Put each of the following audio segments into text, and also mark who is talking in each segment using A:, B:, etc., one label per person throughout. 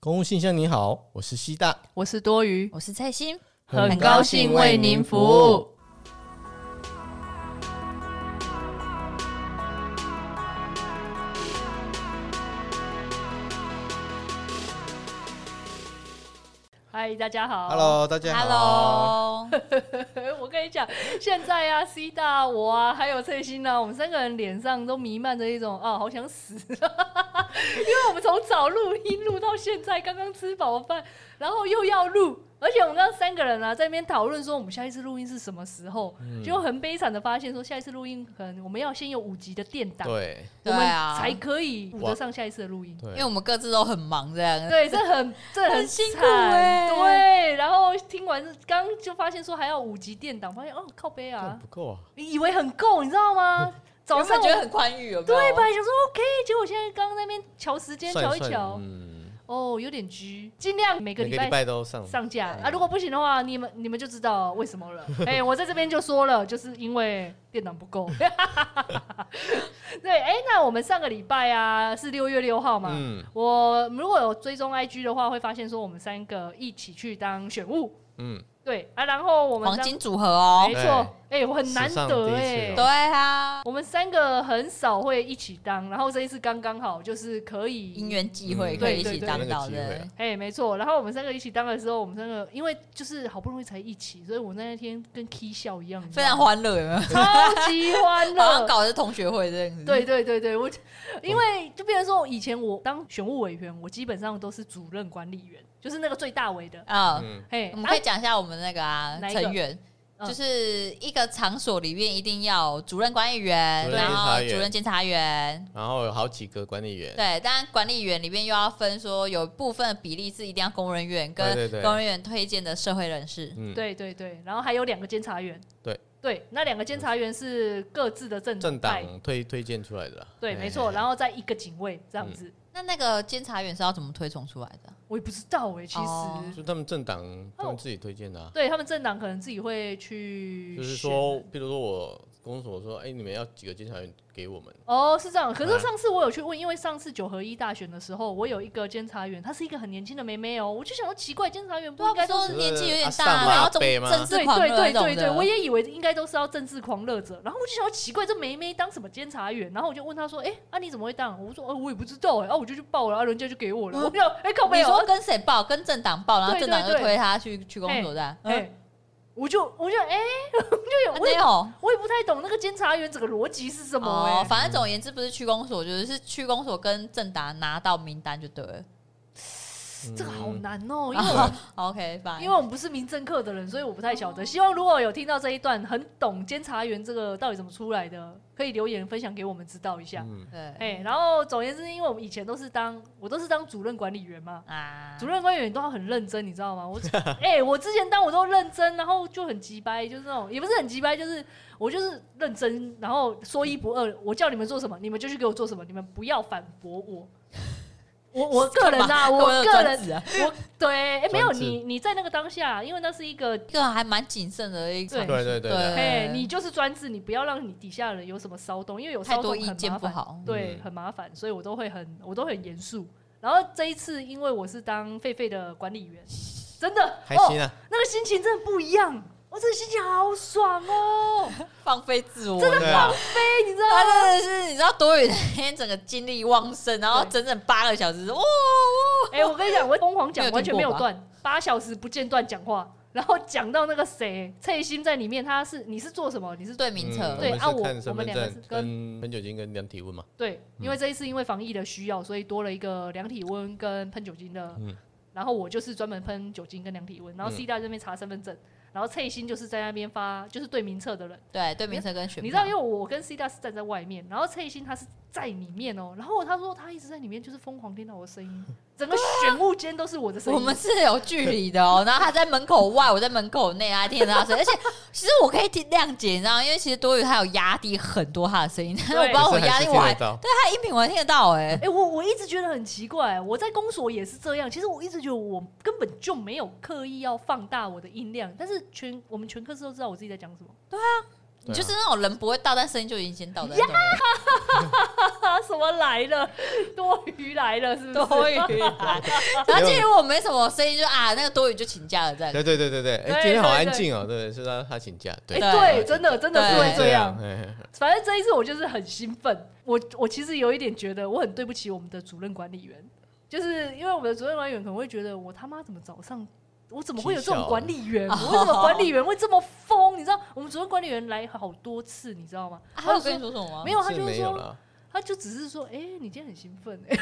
A: 公务信箱，你好，我是西大，
B: 我是多余，
C: 我是蔡心，
B: 很高兴为您服务。。嗨，大家好。
A: Hello，大家好。
C: Hello，
B: 我跟你讲，现在啊，C 大我啊，还有翠欣啊，我们三个人脸上都弥漫着一种啊，好想死， 因为我们从早录音录到现在，刚刚吃饱饭，然后又要录，而且我们刚刚三个人啊，在那边讨论说我们下一次录音是什么时候，
A: 嗯
B: 结果很悲惨的发现说下一次录音可能我们要先有五集的垫档，
A: 对
B: 我
C: 对
B: 们
C: 啊，
B: 才可以补得上下一次的录音。
C: 因为
A: 对，
C: 我们各自都很忙，这样
B: 对，这很这
C: 很辛苦
B: 惨
C: 欸
B: 对，然后听完刚就发现说还要五级电档，发现哦靠背
A: 这
B: 啊
A: 样，不够啊。
B: 以为很够，你知道吗？早
C: 原本
B: 上
C: 觉得
B: 我
C: 很宽裕，有没有？
B: 对，本来想说 OK，结果现在刚刚那边瞧时间瞧
A: 算
B: 一
A: 算
B: 瞧，
A: 嗯，
B: 哦，有点拘，尽量每个
A: 每
B: 礼
A: 个礼
B: 拜
A: 拜都上。
B: 上架啊。如果不行的话，你们你们就知道为什么 了。哎、我在这边就说了，就是因为电脑不够。 对，哎、那我们上个礼拜啊是六月六号嘛，
A: 嗯
B: 我如果有追踪 IG 的话，会发现说我们三个一起去当选物，
A: 嗯，
B: 对啊，然后我们
C: 黄
B: 当
C: 金组合哦
B: 没。错，哎、我很难
A: 史上
B: 得
A: 第一次
B: 哎、
A: 哦
C: 对啊，
B: 我们三个很少会一起当，然后这一次刚刚好，就是可以
C: 因缘际
A: 嗯
C: 会可以一
B: 对
C: 起
B: 对
C: 当到
A: 对
C: 的，
B: 哎、没错。然后我们三个一起当的时候，我们三个因为就是好不容易才一起，所以我那天跟 K 笑一样，你知
C: 非
B: 道
C: 常
B: 吗
C: 欢乐，有没有？
B: 超级欢
C: 好像
B: 乐。
C: 搞的是同学会这样子。
B: 嗯对，对对对，我因为就变成说，以前我当选务委员，我基本上都是主任管理员，就是那个最大位的。
C: 啊，
A: 嗯，
B: 嘿，
C: 我们可以讲一下我们那个啊
B: 哪一个
C: 成员，
B: 嗯
C: 就是一个场所里面一定要有主任管理员，
A: 主任
C: 然后
A: 监察员
C: 主任监察员。
A: 然后有好几个管理员，
C: 对，当然管理员里面又要分说，有部分的比例是一定要公人员
A: 对
C: 跟
A: 对对
C: 公人员推荐的社会人士。
A: 嗯，
B: 对对对，然后还有两个监察员。
A: 对
B: 对，那两个监察员是各自的政
A: 政
B: 派
A: 党推推荐出来的啦。哎
B: 对，没错。然后再一个警卫这样
A: 嗯
B: 子，
C: 那那个监察员是要怎么推崇出来的？
B: 我也不知道哎、其实。
C: 哦
A: 就他们政党他们自己推荐的啊，
B: 对他们政党可能自己会去
A: 就
B: 选，
A: 是说，比如说我公所说，哎，你们要几个监察员给我们？
B: 哦，是这样。可
A: 啊
B: 是上次我有去问，因为上次九合一大选的时候，我有一个监察员，她是一个很年轻的妹妹哦，我就想说奇怪，监察员不
C: 对啊
B: 应该都
C: 不
B: 是
C: 是。年纪有点
A: 阿
C: 大，
A: 上嘛
C: 然后政
A: 阿伯嘛
C: 政治
B: 对
C: 狂
B: 对
C: 热那
B: 对
C: 种
B: 对对，
C: 的
B: 我也以为应该都是要政治狂热者，然后我就想说奇怪，这梅梅当什么监察员？然后我就问她说：“哎、啊你怎么会当？”我说：“哦、我也不知道哎、啊我就去报了，啊人家就给我了。
C: 嗯
B: 我没有哎、靠没
C: 你
B: 有，
C: 说
B: 啊
C: 跟谁报？跟政党报，然后
B: 对
C: 政党就
B: 对对
C: 推他去去工作站。
B: 哎、我就我就哎、 我就有我
C: 啊没
B: 也
C: 有
B: 我也不太懂那个监察员整个逻辑是什么哎、
C: 哦，反正总而言之，不是区公所，就是是区公所跟政党拿到名单就对了。
B: 这个好
A: 嗯
B: 难哦、因为我
C: 啊 OK，吧，
B: 因为我们不是民政课的人，所以我不太晓得。希望如果有听到这一段，很懂监察员这个到底怎么出来的，可以留言分享给我们知道一下。
A: 嗯，
C: 对
B: 哎、然后总而言之，因为我们以前都是当我都是当主任管理员嘛，
C: 啊，
B: 主任管理员都要很认真，你知道吗？我哎、我之前当我都认真，然后就很急掰，就是那种也不是很急掰，就是我就是认真，然后说一不二，我叫你们做什么，你们就去给我做什么，你们不要反驳 我。我我个人啊，我个
C: 有专
B: 人
C: 职啊，
B: 我对，哎、没有
A: 专制
B: 你，你在那个当下，因为那是一个，
C: 一个还蛮谨慎的一个
B: 对
C: 场
A: 对对对对，
B: 哎、你就是专制，你不要让你底下人有什么骚动，因为有骚
C: 太
B: 动
C: 多
B: 很
C: 意
B: 麻
C: 见不
B: 烦，
C: 好。
B: 对，
A: 嗯
B: 很麻烦，所以我都会很，我都很严肃。然后这一次，因为我是当狒狒的管理员，真的
A: 开心
B: 哦，
A: 啊，
B: 那个心情真的不一样，我、这个心情好爽哦，
C: 放飞自我，真
A: 对啊，
B: 哎、你知道
C: 他
B: 吗？
C: 真的是，你知道多宇那天整个精力旺盛，然后
B: 对
C: 整整八个小时，哇哇！
B: 哎、我跟你讲，我疯狂讲
C: 没，有
B: 完全没有
C: 听过
B: 断，八小时不间断讲话，然后讲到那个谁，蔡欣在里面，他是你是做什么？你是
C: 对名册，
A: 嗯
B: 对
A: 我们
B: 啊
A: 是
B: 我
A: 看身
B: 我们
A: 份
B: 两个
A: 证
B: 是跟
A: 跟喷酒精跟量体温嘛。
B: 对，
C: 嗯
B: 因为这一次因为防疫的需要，所以多了一个量体温跟喷酒精的。
A: 嗯
B: 然后我就是专门喷酒精跟量体
C: 嗯
B: 温，然后 C 大这边查身份证，然后蔡欣就是在那边发，就是对名册的人。
C: 对对名册跟选票，
B: 你知道，因为我跟 C 大是站在外面，然后蔡欣他是在里面哦。然后他说他一直在里面，就是疯狂听到我的声 音，整个玄雾间都是我的声音。
C: 我们是有距离 的哦，然后他在门口外，我在门口内，他听得到他声音，而且 其实我可以听谅解，你知道吗，因为其实多余他有压低很多他的声音，但是我不知道我压力，
A: 可
C: 我
A: 是还
C: 还
A: 是听得到
C: 对他的音频我还听得到哎、
B: 哎、我我一直觉得很奇怪，我在公所也是这样。其实我一直觉得我根本就没有刻意要放大我的音量，但是全我们全科室都知道我自己在讲什么。对啊，
C: 你就是那种人不会到，但声音就已经先到 的那种
B: 啊，什么来了？多余来了，是不
C: 人
B: 是？
C: 多余来。然后，既然我没什么声音，就啊，那个多余就请假了，这样
A: 对对对对对，哎，
B: 对
A: 今天好
B: 对
A: 安
B: 对
A: 静哦，对，是他他请假，对
B: 哎、，
C: 对
B: 对，啊真的真的是会
C: 对
B: 这样。
A: 哎，哎
B: 反正这一次我就是很兴奋，我我其实有一点觉得我很对不起我们的主任管理员，就是因为我们的主任管理员可能会觉得我他妈怎么早上。我怎么会有
A: 踢
B: 这种
A: 小
B: 管理 员？我为什么管理员会这么疯？你知道，我们主任管理员来好多次，你知道吗？
C: 啊他有跟你说什么 吗？
B: 没有，他
A: 是
B: 就
A: 没
B: 是
A: 有
B: 说，
A: 了，
B: 他就只是说，哎、你今天很兴 奋、欸，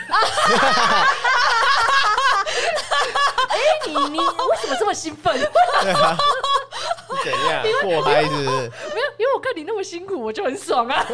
B: 哎、你你为什么这么兴奋？
A: 对啊，是怎样过嗨是不是？
B: 没有，因为我看你那么辛苦，我就很 爽啊！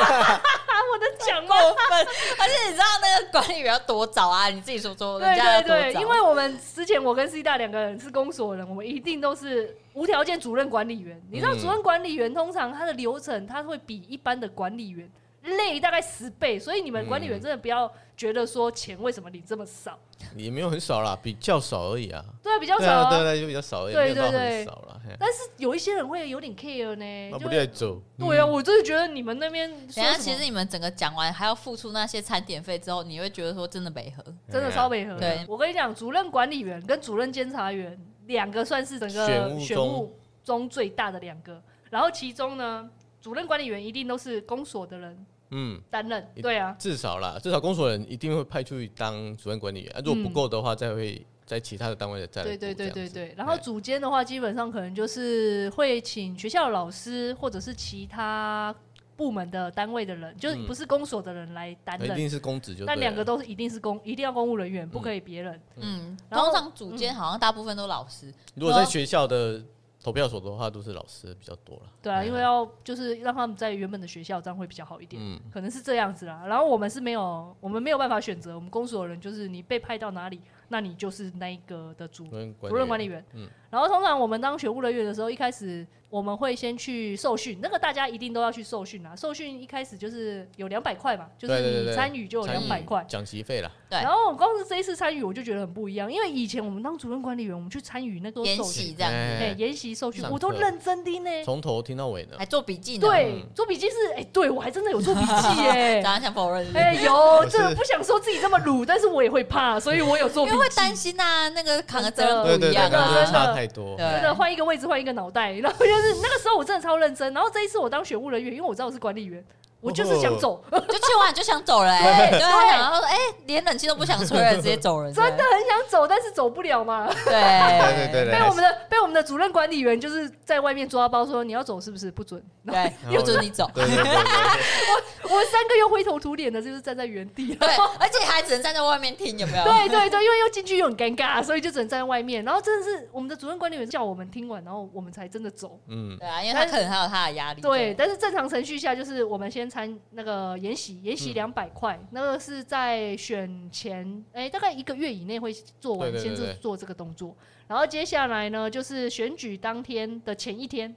B: 我能讲吗？
C: 过分。 而且你知道那个管理员要多早啊？你自己说说，人
B: 对
C: 家要
B: 对
C: 多早啊
B: 对，因为我们之前我跟 C 大两个人是公所人，我们一定都是无条件主任管理员。你知道
A: 嗯
B: 主任管理员通常他的流程，他会比一般的管理员累大概十倍，所以你们管理员
A: 嗯
B: 真的不要觉得说钱为什么领这么少，
A: 也没有很少啦，比较少而已啊，
B: 对，比较
A: 对
B: 少啊、
A: 啊，对对，就比较少而已，没
B: 对
A: 有到
B: 对
A: 很
B: 对
A: 少了，嘿
B: 但是有一些人会有点 care 呢，
A: 那
B: 就
A: 啊不
B: 会
A: 带走，
B: 对啊，
A: 嗯
B: 我真的觉得你们那边说
C: 等一下，
B: 什
C: 其
B: 么
C: 实你们整个讲完还要付出那些餐点费之后，你会觉得说真的没合。
A: 啊
B: 真
A: 哎
B: 的超违和。
C: 对
B: 我跟你讲，主任管理员跟主任监察员两个算是整
A: 选务
B: 个
A: 中
B: 选务中最大的两个。然后其中呢，主任管理员一定都是公所的人
A: 嗯。
B: 担任，
A: 一
B: 对啊，
A: 至少啦，至少公所人一定会派出去当主任管理员，啊、如果不
B: 嗯
A: 够的话，再会在其他的单位再来
B: 对对
A: 补
B: 对
A: 这
B: 对
A: 样子
B: 对。然后
A: 对
B: 组监的话，基本上可能就是会请学校的老师或者是其他部门的单位的人，就是
A: 嗯
B: 不是公所的人来担
A: 呃一
B: 任。
A: 定是公职就
B: 那
A: 对
B: 两个
A: 了
B: 都是一定是公，一定要公务人员，不可以别人。
C: 嗯，
B: 然后
C: 通常组间好像大部分都老师，
A: 如
B: 哦
A: 果在学校的投票所的话，都是老师比较多了。
B: 对啊，
A: 嗯
B: 因为要就是让他们在原本的学校，这样会比较好一点。
A: 嗯，
B: 可能是这样子啦。然后我们是没有，我们没有办法选择，我们公所的人就是你被派到哪里，那你就是那一个的主
C: 嗯
A: 主任
B: 主任管理
A: 员，
B: 员。
A: 嗯
B: 然后通常我们当学务人员的时候，一开始我们会先去受训，那个大家一定都要去受训啊。受训一开始就是有两百块嘛，就是
A: 对对对
B: 你
A: 对
B: 参与就有
A: 参
B: 两
A: 与
B: 百块。
A: 讲席费啦，
C: 对
B: 然后我光是这一次参与，我就觉得很不一样，因为以前我们当主任管理员，我们去参与那个
C: 研
B: 受
C: 习
B: 训，
C: 这样子，
B: 哎
A: 哎，
B: 研习受训，
A: 上
B: 我都
A: 课
B: 认真听呢。
A: 从头听到尾呢。
C: 还做笔记呢。
B: 对
A: 嗯，
B: 做笔记是哎、对我还真的有做笔 记耶、
C: 早上想否认是不是
B: 哎、有，
A: 是
B: 这不想说自己这么鲁，但是我也会怕，所以我有做
C: 因
B: 笔
C: 为
B: 记。
C: 会担心呐、那个扛的责任
A: 对
C: 不
A: 对对，
C: 一样
A: 刚
B: 啊
A: 刚
B: 真
A: 就
B: 的
A: 是差太多。
C: 对
B: 真的换一个位置，换一个脑袋，然后就是那个时候我真的超认真。然后这一次我当学务人员，因为我知道我是管理员，我就是
C: 哦
B: 想走，
C: 就去完就想走了、哎，对，然后说哎、连冷气都不想吹了，直接走人，
B: 真的很想走，但是走不了嘛。
C: 对，对
A: 对对对
B: 被我们的被我们的主任管理员就是在外面抓包说你要走是不是不准？然后
C: 对，不准你走，
A: 对对对对
B: 我们三个又灰头土脸的，就是站在原地。
C: 对，而且还只能站在外面听，有没 有？
B: 对对对，因为又进去又很尴尬，所以就只能站在外面。然后真的是我们的主任管理员叫我们听完，然后我们才真的走。
A: 嗯，
C: 对啊，因为他可能还有他的压力。
B: 对，，但是正常程序下就是我们先参那个研
A: 嗯
B: 习，研习两百块，那个是在选前，哎、大概一个月以内会做完，
A: 对对对
B: 先
A: 对
B: 做做这个动作。然后接下来呢，就是选举当天的前一天，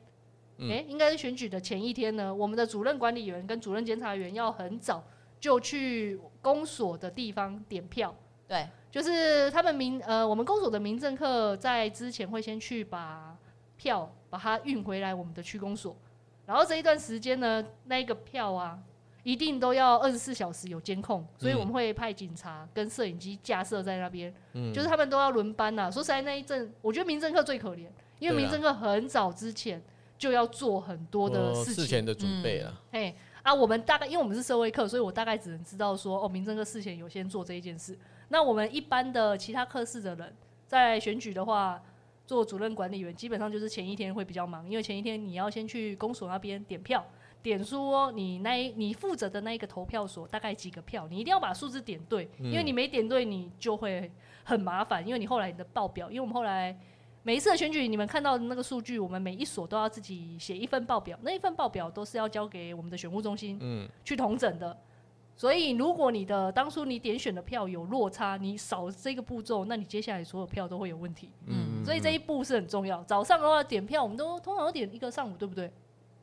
B: 哎、
A: 嗯
B: 应该是选举的前一天呢，我们的主任管理员跟主任监察员要很早就去公所的地方点票。
C: 对，
B: 就是他们民呃，我们公所的民政课在之前会先去把票把它运回来我们的区公所，然后这一段时间呢，那一个票啊，一定都要二十四小时有监控，所以
A: 嗯
B: 我们会派警察跟摄影机架设在那边，
A: 嗯
B: 就是他们都要轮班啊呐、说实在那一阵，我觉得民政课最可怜，因为
A: 对啊
B: 民政课很早之前就要做很多的
A: 我
B: 事
A: 哦事
B: 情，
A: 前的准备啦。
B: 嘿啊，我们大概因为我们是社会课，所以我大概只能知道说，哦，民政课事前有先做这一件事。那我们一般的其他课室的人，在选举的话，做主任管理员，基本上就是前一天会比较忙，因为前一天你要先去公所那边点票，点说你那一你负责的那一个投票所大概几个票，你一定要把数字点对，因为
A: 嗯
B: 你没点对，你就会很麻烦，因为你后来你的报表，因为我们后来。每一次的选举，你们看到的那个数据，我们每一所都要自己写一份报表，那一份报表都是要交给我们的选务中心
A: 嗯，
B: 去统整的。所以，如果你的当初你点选的票有落差，你少这个步骤，那你接下来所有票都会有问题。
C: 嗯
B: 所以这一步是很重要。早上的话点票，我们都通常都点一个上午，对不对？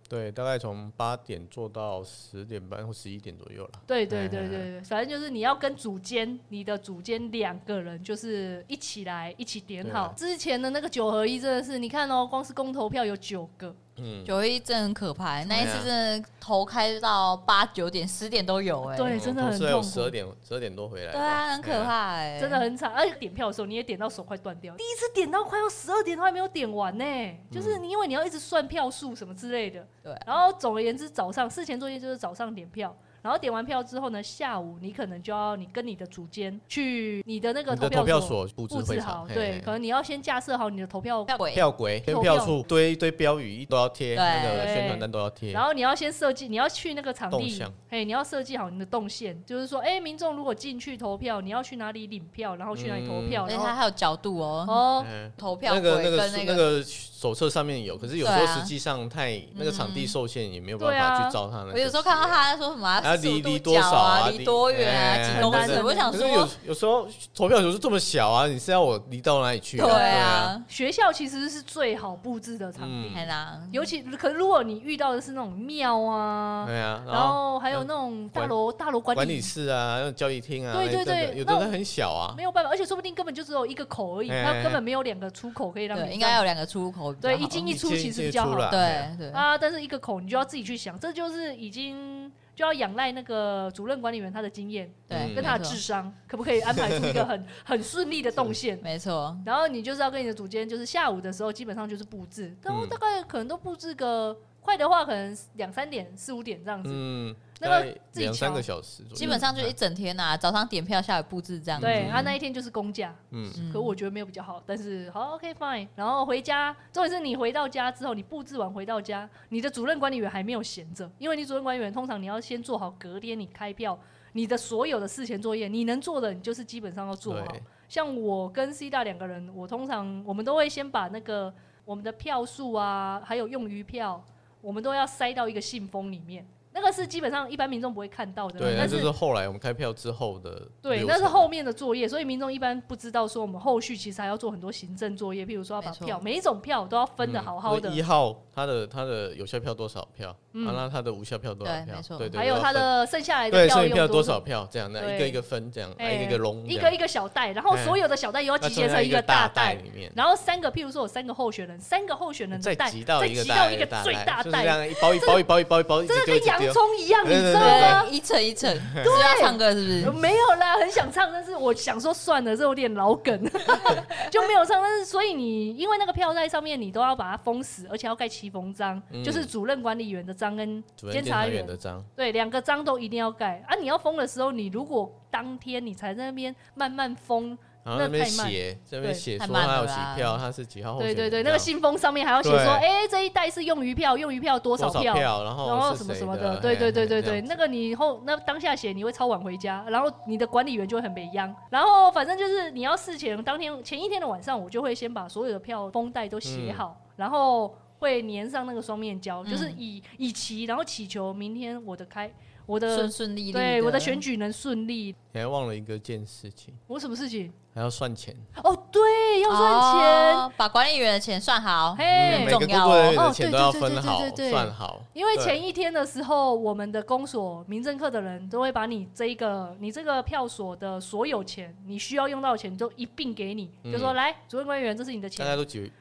A: 对，大概从八点做到十点半或十一点左右了。
B: 对对对
A: 哎
B: 对对，反正就是你要跟组间，你的组间两个人就是一起来一起点好。
A: 对啊
B: 之前的那个九合一真的是，你看哦，光是公投票有九个，
A: 嗯，
C: 九一真的很可怕、欸那一次
A: 对啊
C: 真的头开到八九点、十点都有哎、
B: 对
A: 我
B: 真的
A: 哦同
B: 很
A: 事还有
B: 痛苦
A: 十二点十二点多回来的，
C: 对啊，很可
A: 哎呀。
C: 怕哎、
B: 真的很惨，而且点票的时候你也点到手快断掉，第一次点到快要十二点都还没有点完呢、就是你因为你要一直算票数什么之类的，
C: 对
B: 然后总而言之，早上事前作业就是早上点票。然后点完票之后呢，下午你可能就要你跟你的组监去你的那个
A: 你的
B: 投
A: 投票
B: 票
A: 所布置
B: 布
A: 会
B: 置
A: 场
B: 好，，
A: 嘿
B: 对，
A: 嘿
B: 可能你要先架设好你的投票
C: 要鬼，
A: 票轨跟
B: 投
A: 票
B: 票
A: 处堆一堆标语都要贴，那
C: 对
A: 个宣传单都要贴
B: 然。后你要先设计，你要去那个场
A: 动
B: 地
A: 向，
B: 哎，你要设计好你的动线，就是说，哎，民众如果进去投票，你要去哪里领票，然后去哪里投票，
C: 而且
B: 然
C: 它
B: 后
C: 还有角度哦、
B: 哦，
A: 嗯，
C: 投票
A: 那
C: 鬼
A: 个
C: 跟
A: 那个
C: 那
A: 那个手册上面有，可是有时
C: 对
A: 候
C: 啊
A: 实际上太那个场地
C: 嗯
A: 受限，也没有
B: 对
A: 办法
B: 啊
A: 去照它那个。
C: 我有时候看到他说什么、啊
A: 还要
C: 速
A: 离
C: 度
A: 离多
C: 角
A: 少
C: 啊，
A: 啊
C: 离
A: 离
C: 多远啊，
A: 哎
C: 几公
B: 很
C: 尺，
B: 难
C: 我想
A: 可
C: 说
A: 是，有啊有时候投票球是这么小啊，你是要我离到哪里去、
C: 对啊，
B: 学校其实是最好布置的场地，
A: 嗯，
C: 很难，
B: 尤其可如果你遇到的是那种庙啊，
A: 对啊，
B: 然后还有那种大
A: 管
B: 楼大楼管
A: 管理
B: 理，
A: 室啊，那种教育厅啊，
B: 对对
A: 那真的
B: 对
A: 有
B: 那
A: 的人很小啊
B: 没，有办法，而且说不定根本就只有一个口而已，
A: 哎
B: 它根本没有两个出口可以让你
C: 对，
B: 上
C: 应该有两个出口比较好，
B: 对一进一出
A: 进
B: 其实
A: 进
B: 比较
A: 出
B: 好
A: 啦
C: 对对，
B: 啊，但是一个口你就要自己去想，这就是已经就要仰赖那个主任管理员他的经验
C: 对，
A: 嗯
B: 跟他
C: 没
B: 的
C: 错
B: 智商，可不可以安排出一个 很很顺利的动线。
C: 没错，
A: 嗯
B: 然后你就是要跟你的组间，就是下午的时候基本上就是布置，然
A: 嗯
B: 后大概可能都布置个、快的话，可能两三点、四五点这样子。
A: 嗯，
B: 那
A: 大
B: 个
A: 概
B: 自己
A: 两三
B: 瞧
A: 个小时左右，
C: 基本上就一整天呐、啊，早上点票，下午布置这样子。
B: 对，他、那一天就是公假，
A: 嗯，
C: 嗯
B: 可我觉得没有比较好，但是好 OK fine。然后回家，重点是你回到家之后，你布置完回到家，你的主任管理员还没有闲着，因为你主任管理员通常你要先做好隔天你开票你的所有的事前作业，你能做的你就是基本上要做啊好
A: 对。
B: 像我跟 C 大两个人，我通常我们都会先把那个我们的票数啊，还有用余票，我们都要塞到一个信封里面。那个是基本上一般民众不会看到的，
A: 对，那
B: 但
A: 就是是后来我们开票之后的，
B: 对，那是后，面的作业，所以民众一般不知道说我们后续其实还要做很多行政作业，譬如说要把
C: 没错
B: 票每一种票都要分的好好的，
A: 一号他的他的有效票多少票，
B: 嗯
A: 啊，那他的无效票多
C: 对
A: 少
C: 没
A: 票
C: 错，
A: 对对，
B: 还有
A: 都要
B: 他
A: 分
B: 的剩下来的
A: 对剩
B: 票
A: 余
B: 用
A: 票多
B: 少
A: 少，票这样，那
B: 对
A: 一个一个分这样，啊
B: 哎
A: 一个一个笼，
B: 一个一个小袋，然后
A: 嗯
B: 所有的小袋又要
A: 那
B: 集
A: 中
B: 结成
A: 间
B: 一
A: 一
B: 个
A: 大
B: 袋。
A: 里面。
B: 然后三个，譬如说有三个候选人，三个候选人的
A: 再
B: 袋，
A: 集到
B: 再
A: 一个
B: 集
A: 大
B: 到一个
A: 袋
B: 最大
A: 就是这
B: 袋，
A: 样一包一包一包一包一包，一
B: 真
A: 直
B: 的
A: 丢一
B: 跟
A: 直
B: 洋
A: 丢
B: 葱一样，你
A: 对对
B: 知道
A: 对
B: 吗？
C: 对，一层一层，是不是要唱歌是不是？
B: 没有啦，很想唱，但是我想说算了，这有点老梗， 就没有唱。但是所以你因为那个票在上面，你都要把它封死，而且要盖七封章，
A: 嗯
B: 就是主任管理员的章跟
A: 主任
B: 监
A: 监
B: 察
A: 察
B: 员
A: 员的章，
B: 对两个章都一定要盖啊。你要封的时候，你如果当天你才在那边慢慢封，
A: 然后那边
B: 那太慢
A: 写，这边写
C: 太
A: 说
C: 慢
A: 他
C: 了
A: 有几
C: 啦
A: 票，他是几号候选
B: 对
A: 人，
B: 对对，那
A: 这
B: 个
A: 样
B: 信封上面还要写
A: 哦对
B: 说，哎、这一袋是用余票，用余票多
A: 多
B: 少
A: 少
B: 票。
A: 票，然后
B: 然后
A: 哦是
B: 什么
A: 谁
B: 什么
A: 的
B: 的，，对对对对对，
A: 嘿
B: 那个你以后那当下写你会超晚回家，然后你的管理员就会很没央，然后反正就是你要事前当天前一天的晚上，我就会先把所有的票封袋都写好，然后会粘上那个双面胶，
C: 嗯
B: 就是以以期，然后祈求明天我的开我
C: 顺
B: 的
C: 顺利利。
B: 对我的选举能顺利。
A: 你还忘了一个件事情，
B: 我什么事情？
A: 还要算钱，
B: 哦，对，要算钱，
C: 哦把管理员的钱算 好。
B: 嘿
A: 每个
C: 重
A: 工
C: 要
A: 作人员
B: 哦
A: 的钱
B: 对
A: 都
B: 对
A: 要
B: 对
A: 分
B: 对对
A: 好
B: 对对
A: 算好，
B: 因为
A: 对
B: 前一天的时候，我们的公所民政课的人都会把你这一个你这个票所的所有钱，你需要用到的钱都一并给你，
A: 嗯呃
B: 就说来，主任官员，这是你的
A: 大概
B: 钱，
A: 都几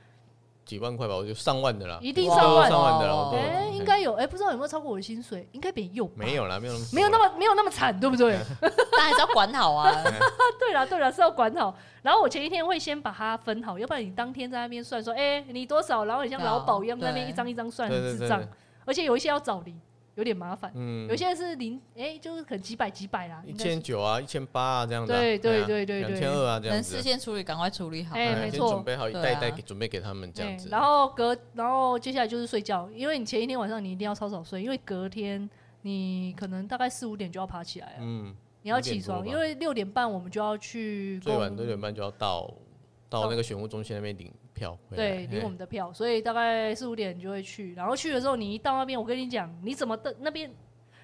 A: 几万块吧，我就上万的啦，
B: 一定
A: 都
B: 上万
A: 上万的啦，我
C: 哦
A: 都
B: 哎、应该有，哎、不知道有没有超过我的薪水，应该没有吧，
A: 嗯没有啦，没有那么
B: 没有那
A: 么
B: 么没有那么惨，对不对？
C: 但还是要管好
A: 哎
C: 啊。
B: 对啦，对啦，是要管好。然后我前一天会先把它分好，要不然你当天在那边算说，哎、你多少，然后你像老鸨一样
C: 对
B: 在那边一张一张算，
A: 对
B: 很
A: 对
B: 智
A: 对
B: 障
A: 对，，
B: 而且有一些要找零，有点麻烦。
A: 嗯
B: 有些是零，哎、就是可能几百几百啦，
A: 一
B: 应该是
A: 千九啊，一千八啊这样子啊，
B: 对对对对
A: 两
B: 对
A: 千二啊这样
C: 能
A: 子
C: 事
A: 啊，
C: 先处理，赶快处理好。
B: 哎
A: 嗯
B: 没
A: 先
B: 错
A: 准备好一
C: 对
A: 袋一
C: 啊
A: 袋给准备给他们这样
B: 对
A: 子，
B: 然后隔，然后接下来就是睡觉，因为你前一天晚上你一定要超早睡，因为隔天你可能大概四五点就要爬起来了，
A: 嗯，
B: 你要
A: 五点
B: 起床，
A: 多吧
B: 因为六点半我们就要去
A: 最晚
B: 公
A: 六点半就要到到那个选务中心那边领票回来，
B: 对，领我们的票，所以大概四五点你就会去。然后去的时候，你一到那边，我跟你讲，你怎么的那边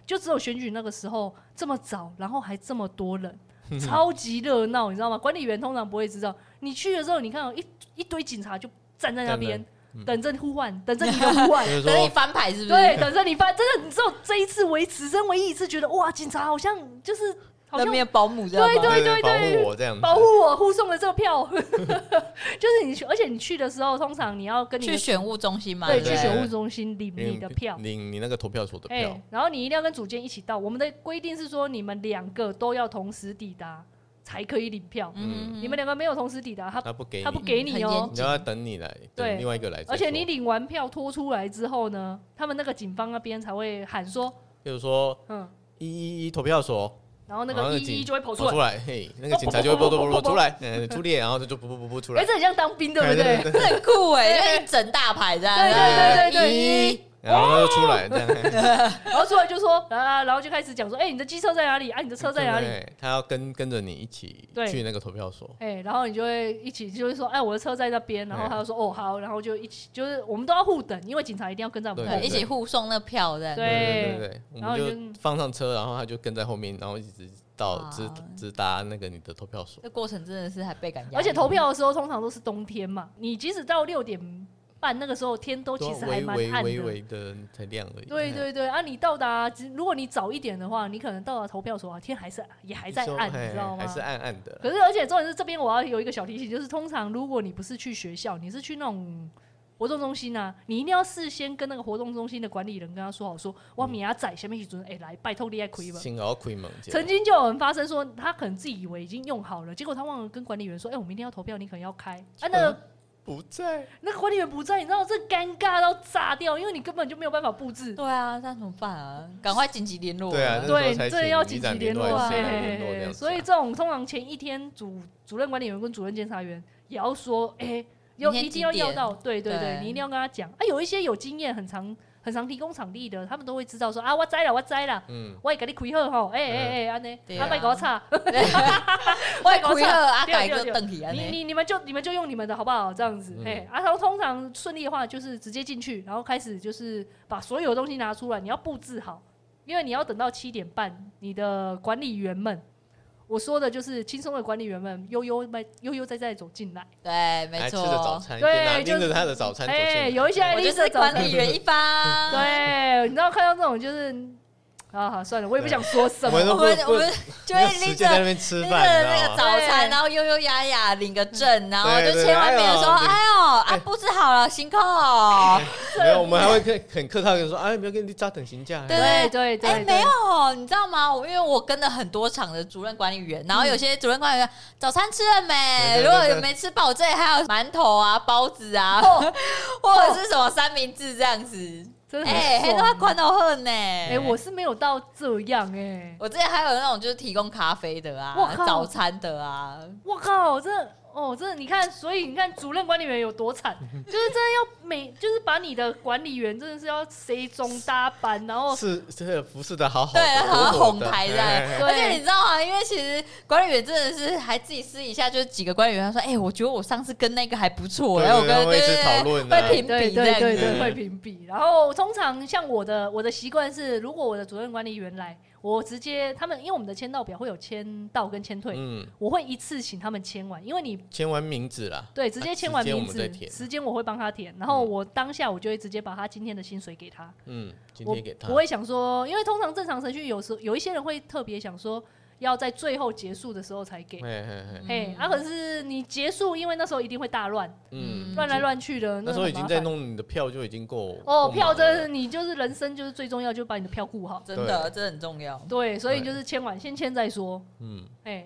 B: 就只有选举那个时候这么早，然后还这么多人，超级热闹，你知道吗？管理员通常不会知道，你去的时候，你看哦一一堆警察就站在那
A: 站着
B: 边
A: 嗯
B: 等着呼唤，等着你的呼
A: 哎
B: 唤
A: 嘿。就是
C: 等你
A: 说
C: 翻牌是不是？
B: 对，等着你发，真的，你知道这一次为此生唯一一次觉得哇，警察好像就是。好
C: 那
B: 像
C: 边的保姆知道吗？
B: 对对
A: 哎保
B: 对
A: 护我这样子，
B: 保护我护送了这个票， 就是你去，而且你去的时候，通常你要跟你的
C: 去选物中心嘛，
B: 对
A: 对
B: 去
A: 选
B: 选务中心领你的票，
A: 领你那个投票所的
B: 哎、
A: 票，
B: 然后你一定要跟组间一起到。我们的规定是说，你们两个都要同时抵达才可以领票。
A: 嗯
B: 你们两个没有同时抵达，他
A: 他不给
B: 他
A: 你
B: 不，给
C: 嗯
B: 你
C: 很
B: 哦
C: 严、
A: 你要等你来，
B: 对
A: 等另外一个来再说。
B: 而且你领完票拖出来之后呢，他们那个警方那边才会喊说，
A: 比如说
B: 嗯，
A: 一一一投票所
B: 然后那
A: 然后
B: 个
A: 那
B: 一一
A: 警
B: 就会跑出
A: 跑
B: 来
A: 出。来，嘿，那个警察就会啵啵啵啵出来，嗯，出列，然后就就啵啵啵啵出
B: 哎、
A: 来，
B: 这很像当兵，对不
A: 哎对
B: 对？
C: 这很酷哎，
B: 对
C: 就一整大排这样。
B: 欸对对对对
C: 一
A: 一，然后就出来这样。
B: 然后出来就说，啊，然后就开始讲说，哎、你的机车在哪里？啊，你的车在哪里？
A: 对？他要跟跟着你一起
B: 对
A: 去那个投票所，
B: 哎、然后你就会一起，就会说，哎，我的车在那边，然后他就说，哦，好，然后就一起，就是我们都要互等，因为警察一定要跟在我们哎
A: 对
B: 后
C: 对，
B: 面
C: 一。起护送那票的。
B: 对
A: 对对对，我
B: 然后
A: 们
B: 就
A: 就放上车，然后他就跟在后面，然后一直到
C: 哇
A: 直直达那个你的投票所。
C: 这过程真的是还倍感压力，
B: 而且投票的时候通常都是冬天嘛，你即使到六点半那个时候天都其实还蛮
A: 微微
B: 暗
A: 微
B: 的。
A: 微的才亮而已。
B: 对对对，啊，你到达，只如果你早一点的话，你可能到达投票所啊，天还是也还
A: 还
B: 在暗，你知道吗
A: 哎还？是暗暗的。
B: 可是，而且重点是这边我要有一个小提醒，就是通常如果你不是去学校，你是去那种活动中心啊，你一定要事先跟那个活动中心的管理人跟他说好说，我明仔载下面一准，哎、来拜托你来亏吧。
A: 先熬亏猛姐，
B: 曾经就有人发生说，他可能自己以为已经用好了，结果他忘了跟管理员说，哎、我明天要投票，你可能要开。啊，那个
A: 不在，
B: 那个管理员不在，你知道这尴尬到炸掉，因为你根本就没有办法布置。
C: 对啊，那怎么办啊？赶快紧急联络。
A: 对啊，那时候
B: 对，
A: 才
B: 你
A: 请
B: 这要
A: 里
B: 紧急
A: 长
B: 联络
A: 联
B: 啊，
A: 络
B: 嘿
A: 谁
B: 嘿
A: 来联
B: 嘿
A: 络这
B: 嘿
A: 样子啊
B: 所以这种通常前一天主主任管理员跟主任监察员也要说，哎、要
C: 明天
B: 一定要
C: 几
B: 要
C: 点
B: 到，对对对
C: 对，
B: 你一定要跟他讲。啊，有一些有经验、很常很常提供场地的，他们都会知道说啊，我栽了，我栽了，
A: 嗯，
B: 我也给你开好吼，哎哎哎，安
C: 对
B: 尼，
C: 啊
B: 啊，别给我吵，
C: 我也亏了啊，
B: 对对
C: 改
B: 对
C: 个邓体安
B: 你
C: 呢。
B: 你你们就你们就用你们的好不好？这样子，
A: 嗯
B: 哎、啊，然后通常顺利的话就是直接进去，然后开始就是把所有东西拿出来，你要布置好，因为你要等到七点半，你的管理员们，我说的就是轻松的管理员们悠悠慢悠悠哉哉地走进来，
C: 对，
A: 还
C: 没
A: 吃着早
C: 错。
A: 餐，
B: 对
A: 边拿
B: 就是
A: 拎着他的早餐走进
B: 哎、
A: 来，
B: 有一些爱
C: 我
B: 丽
C: 就
B: 丝
C: 是
B: 早
C: 管
B: 餐
C: 理 员啊一方。，
A: 哎
B: 对，你知道看到这种就是啊，好算了，我也不想说什么
A: 我。
C: 我
A: 都不
C: 们
A: 不
C: 我们就
A: 没有
C: 会
A: 时
C: 拎
A: 间在那
C: 着。
A: 边吃
C: 拎着
A: 饭，你
C: 那
A: 知道吗？
C: 个早餐，
B: 对
C: 然后悠悠雅雅领个证，然后
A: 对
C: 就
A: 对
C: 千万别说，
A: 哎呦
C: 哎呦，啊布置好了，辛苦哦。
A: 没有，我们还 会很很客套地跟说，哎，不要跟你扎等行假，
C: 对
B: 对对对，
C: 哎，没有，你知道吗？我因为我跟了很多场的主任管理员，然后有些主任管理员早餐吃了没？
A: 嗯对对对
C: 如果
A: 对
C: 有没吃饱，这里还有馒头啊、包子啊， 或者是什么三明治这样子。
B: 真的
C: 哎，
B: 很
C: 很
B: 爽
C: 多款都很呢。
B: 哎，我是没有到这样哎、
C: 我之前还有那种就是提供咖啡的啊
B: 我，靠
C: 早餐的啊，
B: 我靠，这哦，这你看，所以你看主任管理员有多 惨，就是真的要每，就是把你的管理员真的是要谁中搭班，然后
A: 是啊这个服侍的好好的，
C: 哦对，好像
A: 活活
C: 红
A: 的
C: 牌这
A: 哎哎哎
C: 样。
B: 对
C: 而且你知道吗？因为其实管理员真的是还自己私底下就是几个管理员，他说：“哎，我觉得我上次跟那个还不错，
A: 对
C: 然后我
A: 对
C: 跟
A: 会一直
C: 对对
A: 讨
C: 对
A: 论啊
C: 会评
B: 对
C: 比
B: 对对
C: 这样
B: 对
C: 子。
B: 会屏蔽。然后通常像我的我的习惯是，如果我的主任管理员来，我直接他们因为我们的签到表会有签到跟签退，
A: 嗯，
B: 我会一次请他们签完，因为你
A: 签完名字啦，
B: 对直接签完
A: 时间我
B: 名
A: 们
B: 字
A: 再，填
B: 时间我会帮他填，然后我当下我就会直接把他今天的薪水给他。
A: 嗯，今
B: 我
A: 天给他
B: 不，会想说，因为通常正常程序有时候有一些人会特别想说要在最后结束的时候才给。
A: 嘿嘿嘿，
B: 嘿，啊，可是你结束，因为那时候一定会大乱，
A: 嗯，
B: 乱来乱去的。
A: 那时候
B: 很
A: 已经
B: 麻
A: 在
B: 烦
A: 弄你的票，就已经够
B: 哦，
A: 够
B: 票
A: 忙
B: 真
A: 了
B: 是你就是人生就是最重要，就把你的票顾好。
C: 真的，这很重要。
B: 对，所以
A: 对
B: 就是签完先签再说。
A: 嗯，
B: 哎，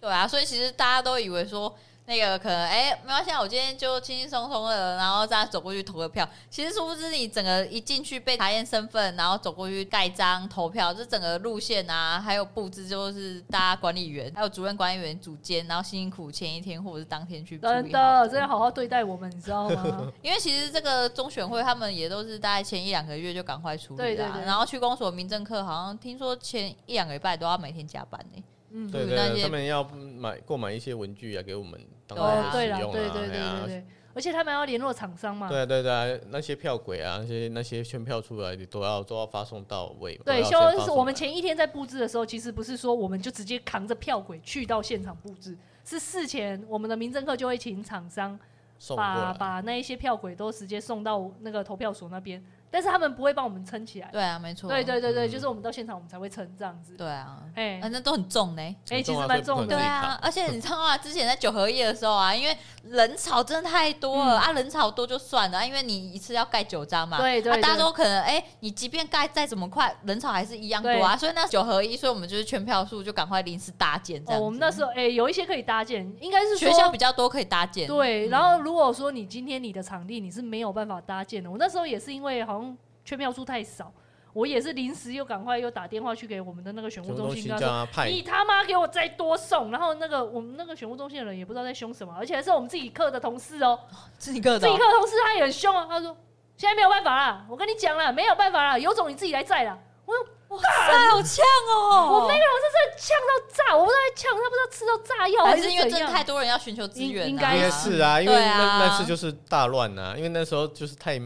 C: 对啊，所以其实大家都以为说那个可能哎、没关系啊，我今天就轻轻松松的，然后这样走过去投个票。其实殊不知你整个一进去被查验身份，然后走过去盖章投票，这整个路线啊，还有布置，就是大家管理员还有主任管理员组间，然后辛辛苦苦前一天或者是当天去处理
B: 真
C: 好
B: 的，真的好好对待我们，你知道 吗？
C: 因为其实这个中选会他们也都是大概前一两个月就赶快处理啦、
B: 对对对
C: 然后区公所民政课好像听说前一两个礼拜都要每天加班呢、
B: 嗯，
A: 对对
C: 那些
A: 对，他们要买购买一些文具啊，给我们当
B: 哦，
A: 然
B: 对
A: 使
B: 了，
A: 用啊，
B: 对对对
A: 哎呀
B: 对对，而且他们要联络厂商嘛，
A: 对啊对对啊，那些票轨啊，那些那些宣票出来，你都要都要发送到位。都
B: 对，
A: 要先
B: 就
A: 发
B: 是
A: 送
B: 我们
A: 来
B: 前一天在布置的时候，其实不是说我们就直接扛着票轨去到现场布置，是事前我们的民政课就会请厂商
A: 送过
B: 把
A: 来。
B: 把那一些票轨都直接送到那个投票所那边，但是他们不会帮我们撑起来。
C: 对啊，没错，
B: 对对对对，
A: 嗯
B: 就是我们到现场我们才会撑这样子。
C: 对啊，
B: 哎
C: 反正都很重呢、
B: 哎，其
A: 重
B: 实
A: 啊
B: 蛮
A: 所以不
B: 重
A: 可
B: 的
A: 能
C: 对。啊， 而且你知道吗？之前在九合一的时候啊，因为人潮真的太多了、
B: 嗯
C: 啊，人潮多就算了，啊因为你一次要盖九张嘛，
B: 对对
C: 啊，大家
B: 对
C: 都可能哎、你即便盖再怎么快，人潮还是一样多啊，所以那九合一，所以我们就是全票数就赶快临时搭建这
B: 哦，
C: 样子、
B: 我们那时候哎，有一些可以搭建，应该是说
C: 学校比较多可以搭建，
B: 对，然后如果说你今天你的场地你是没有办法搭建的，我那时候也是因为好像缺票数太少，我也是临时又赶快又打电话去给我们的那个选
A: 什
B: 务
A: 么
B: 中
A: 东
B: 心，
A: 西
B: 跟
A: 叫
B: 他说
A: 他派
B: 你他妈给我再多送。然后那个我们那个选务中心的人也不知道在凶什么，而且还是我们自己课的同事哦、
C: 自己个
B: 自己课的同事他也很凶啊，他说现在没有办法啦，我跟你讲啦，没有办法啦，有种你自己来载啦。我说
C: 哇塞，好呛哦！
B: 我那个老师真的呛到炸，我不知道在呛他，不知道吃到炸药
C: 还
B: 是
C: 是因为
B: 怎
C: 真的
B: 样
C: 太多人要寻求资源、啊，
B: 应应
A: 应
B: 该
A: 该是啊，因为
C: 对啊
A: 那那次就是大乱啊，因为那时候就是太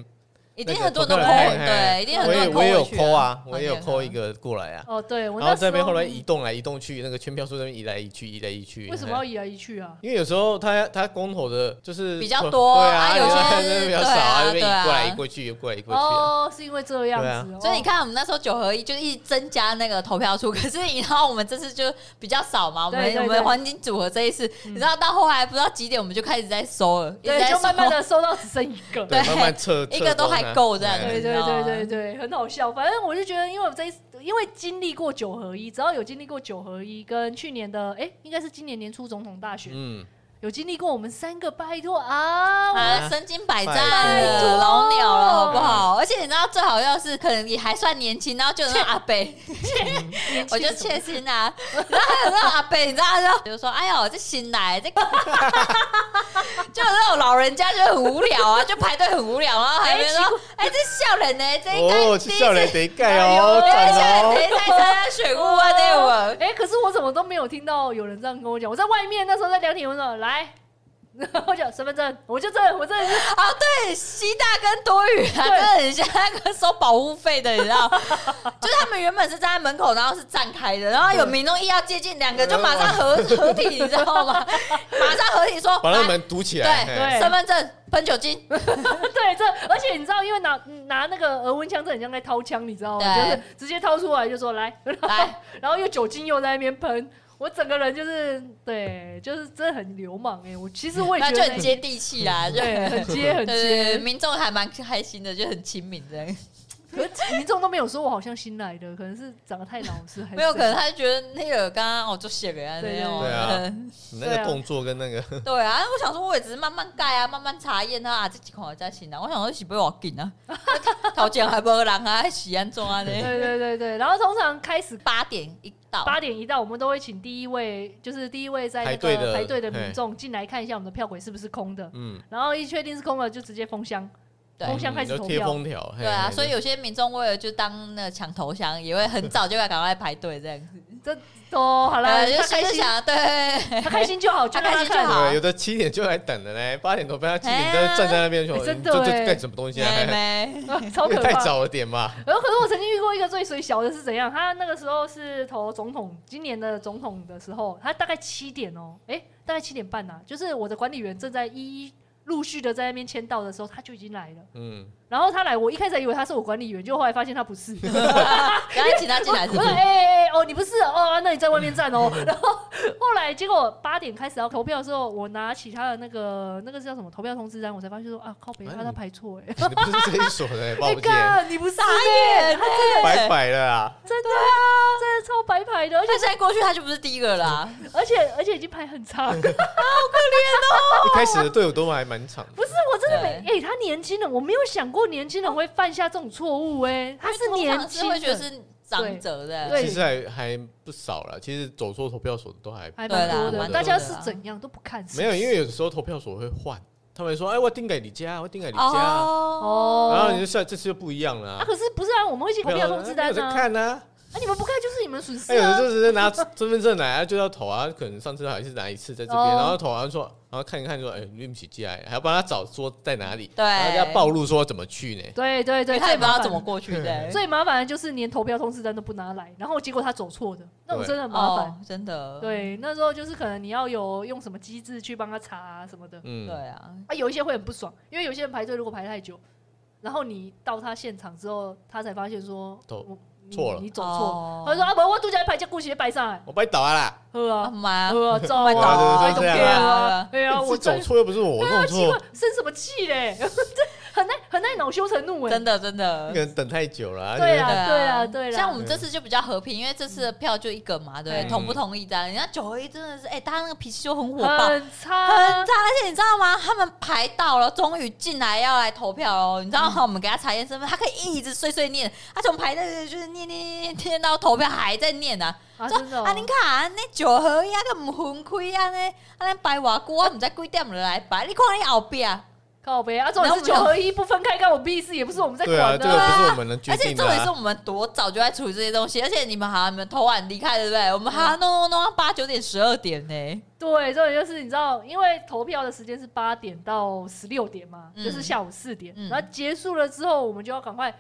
C: 一定很多人都
A: 那个
C: 扣，
A: 投票人
C: 对，一定很
A: 我
C: 多
A: 也
C: 人
A: 我也有
C: 回去
A: 抠啊，我也有
C: 好
A: 抠一个过来啊。
B: 哦，对我
A: 然后
B: 那
A: 这
B: 时
A: 边
B: 候嗯
A: 后来移动来移动去，那个圈票数那边移来移去，移来移去。
B: 为什
A: 嘿
B: 么要移来移去啊？
A: 因为有时候他他公投的就是
C: 比较多
A: 对啊，
C: 啊有些
A: 他
C: 是
A: 比较少
C: 对啊
A: 就被移
C: 对啊
A: 过来移过去，移过来移过去啊。
B: 哦，是因为这样子，
A: 对
B: 哦
C: 啊所以你，看，我们那时候九合一就是一直增加那个投票数，可是你知道我们这次就比较少嘛，我们
B: 对对
C: 我
B: 对
C: 们黄金组合这一次，你知道到后来不知道几点，我们就开始在收了，一直在
B: 对，就
C: 收
B: 慢慢的收到只剩一 个，
A: 对，
C: 对
A: 慢 慢撤，
C: 一个
A: 啊
C: 都还够这样
B: 对
A: 对，
B: 对对对对，很好笑。反正我就觉得，因为我这一次，因为经历过九合一，只要有经历过九合一，跟去年的，哎、应该是今年年初总统大选、
A: 嗯，
B: 有经历过，我们三个拜托啊，我
C: 啊，身经百战
A: 拜
B: 托
C: 了，老鸟了，好不好？而且你知道最好笑的是，可能你还算年轻，然后就有那种阿北，
B: 年轻
C: 我
B: 的
C: 就
B: 时候
C: 切心啊，然后还有那种阿北，你知道他就比如说，哎呦，这新 来这个，就有那种老人家就很无聊啊，就排队很无聊，然后还有人
B: 哎奇
C: 说，哎，这笑人呢，这应该
A: 哦，
C: 第
A: 去
C: 一
A: 笑
C: 次哎
A: 脸得盖哦，
C: 对，而
A: 赞哦，
C: 且谁在参加水雾啊那个？
B: 哎、可是我怎么都没有听到有人这样跟我讲。我在外面那时候在聊天，我说来，然后我讲身份证，我就真的，我真的是，
C: 啊，对，西大跟多雨啊，真
B: 对
C: 的很像那个收保护费的，你知 道？就是他们原本是站在门口，然后是站开的，然后有民众一要接近，两
A: 哦
C: 个就马上合合体，你知道 吗？马上合体说，
A: 把那
C: 来
A: 门堵起来。
C: 对
A: 嘿
B: 对
C: 身份证、喷酒精，
B: 对，这而且你知道，因为拿嗯拿那个额温枪，这很像在掏枪，你知道吗？就
C: 对
B: 是直接掏出来就说来，
C: 来，
B: 然后又酒精又在那边喷，我整个人就是对，就是真的很流氓哎、我其实我也
C: 那
B: 觉
C: 就
B: 得那
C: 很接地气啦，就
B: 对，很接很
C: 对对对，
B: 接。
C: 民众还蛮开心的，就很亲民 这样。
B: 可是民众都没有说我好像新来的，可能是长得太老实，还是
C: 没有，可能他就觉得那个刚刚哦我就写给他
B: 对
C: 那种
A: 对啊
C: 很
A: 你那个动作跟那个，
C: 对啊，我想说，我也只是慢慢盖啊，慢慢查验啊，啊这几款才行啊。我想说是不要 紧啊，头前还无人啊，还是安 怎啊呢？
B: 对对对对。然后通常开始
C: 八点一到，
B: 八点一到，我们都会请第一位，就是第一位在那
A: 排队
B: 个
A: 的
B: 排队的民
A: 嘿
B: 众进来看一下我们的票轨是不是空的，
A: 嗯，
B: 然后一确定是空了，就直接封箱。
C: 对
B: 风向开始
A: 就
B: 投
A: 贴
B: 票
A: 封条。嘿
C: 对啊，
A: 嘿
C: 所以有些民众为了就当那个抢头香，也会很早就要赶快排队这样子。
B: 都好了，
C: 呃就
B: 他
C: 是
B: 开
C: 就
B: 心，
C: 想对，
B: 他开心就好，就
C: 他
B: 让
C: 开心就
B: 看
C: 好啊
A: 对，有的七点就来等的嘞，八点多半到七点
C: 哎
A: 就
C: 呀
A: 站在那边说，
B: 哎真
A: 你
B: 的
A: 这这
B: 哎
A: 干什么东西啊？嘿
C: 妹妹，
B: 啊超
A: 也
B: 可
A: 太
B: 怕。
A: 早了点吧。
B: 然后，可是我曾经遇过一个最水小的是怎样？他那个时候是投总统，今年的总统的时候，他大概七点哦、诶，大概七点半呐、啊就是我的管理员正在一一陆续的在那边签到的时候，他就已经来了。
A: 嗯，
B: 然后他来，我一开始还以为他是我管理员，就后来发现他不是。
C: 然后请他进来是
B: 我说：“
C: 不是
B: 哎？哎哎，哦，你不是哦，那你在外面站 哦。”然后后来结果八点开始要投票的时候，我拿起他的那个那个叫什么投票通知单，我才发现说啊，靠北，
A: 哎
B: 啊他排错哎。
A: 你不是这一所的，抱
B: 那
A: 歉，
B: 个你不是
C: 傻
B: 欸
C: 眼，
B: 他
A: 拜拜了啊！
B: 真的真的超白排的，而且
C: 他现在过去他就不是第一个啦。
B: 而且而且已经排很长。 不
A: 一开始的队伍都还蛮长的，
B: 是，我真的没哎，他年轻人，我没有想过年轻人会犯下这种错误哎，他是
C: 因为
B: 年
C: 通常
B: 轻
C: 会觉得
B: 人，
C: 是长者的，
B: 对
A: 其实还还不少了。其实走错投票所的都还
B: 还蛮多
A: 对啦
B: 的。
A: 蛮
B: 大家
C: 多的
B: 是
C: 啦
B: 怎样都不看，
A: 没有，因为有时候投票所会换，他们说：“哎，我定给你家，我定给你家。”
C: 哦
B: 哦，
A: 然后你就下这次就不一样了
B: 啊，
A: 啊。
B: 可是不是啊？我们会去投票通知单
A: 没有在
B: 啊。
A: 看呢，
B: 啊，你们不开就是你们损失
A: 哎，有的
B: 啊
A: 时。候直接拿身份证来，啊就要投啊，可能上次还是拿一次在这边，
B: 哦
A: 然后投完说，然后看一看说，哎，对不起，寄来，还要帮他找说在哪里，
C: 对
A: 然后要暴露说怎么去呢？
B: 对对对，
C: 他也不
B: 最
C: 知
B: 麻
C: 道
B: 烦
C: 怎么。过去的，
B: 最麻烦的就是连投票通知单都不拿来，然后结果他走错的，那种
A: 对
B: 真的很麻烦。
C: 哦，真的，
B: 对，那时候就是可能你要有用什么机制去帮他查、啊、什么的。
A: 嗯
C: 对，啊，
B: 啊，有一些会很不爽，因为有些人排队如果排太久，然后你到他现场之后，他才发现说
A: 走
B: 我你
A: 错了
B: 你走错。
C: 哦
B: 他就说啊，不，我拄则排只故事摆上来，
A: 我白倒啊啦，
B: 喝
C: 啊
B: 啊
C: 妈，
B: 喝 啊，走啊，
C: 卖
A: 倒 啊就
B: 我
A: 是这
B: don't
A: 样
B: care
C: 啊
B: 啊，对啊，
A: 你
B: 我
A: 是走
B: 真啊
A: 错又不是我弄
B: 奇怪
A: 错，，
B: 生什么气嘞？ 这很耐很耐恼羞成怒哎，
C: 真的真
A: 可
C: 的。
A: 能等太久了啊，
B: 对
A: 就是
B: 啊对啊对啊
C: 像我们这次就比较和平，因为这次的票就一个嘛，对，
B: 嗯
C: 同不同意的啊。人家九合一真的是，哎，大家那个脾气就很火爆，
B: 很
C: 很
B: 差啊
C: 差，，
A: 嗯
C: 而且你知道吗？他们排到了，终于进来要来投票喽。你
A: 嗯
C: 知道吗？我们给他查验身份，他可以一直碎碎念，而且我们排队就是念念念念念到投票还在念呢、
B: 啊，
C: 说
B: 真的哦
C: 啊，你看那九合一啊，个唔分开啊呢，啊咱排外久，我唔知几点就来排，你看你后壁，而
B: 靠背啊，这种
C: 然后
B: 是
C: 我
B: 九
C: 们就
B: 合一不分开干我屁事，也不是我们在
A: 对啊，
B: 管
A: 这
B: 的
A: 个
B: 啊。
A: 不是我们能决
C: 且
A: 定的
C: 重点是
A: 啊，
C: 我们多早就在处理这些东西，而且你们好，你们投完离开对不对？
A: 嗯
C: 我们还要弄弄弄到八九点、十二点呢，
B: 对，重点就是你知道，因为投票的时间是八点到十六点嘛，
C: 嗯
B: 就是下午四点，
C: 嗯
B: 然后结束了之后，我们就要赶快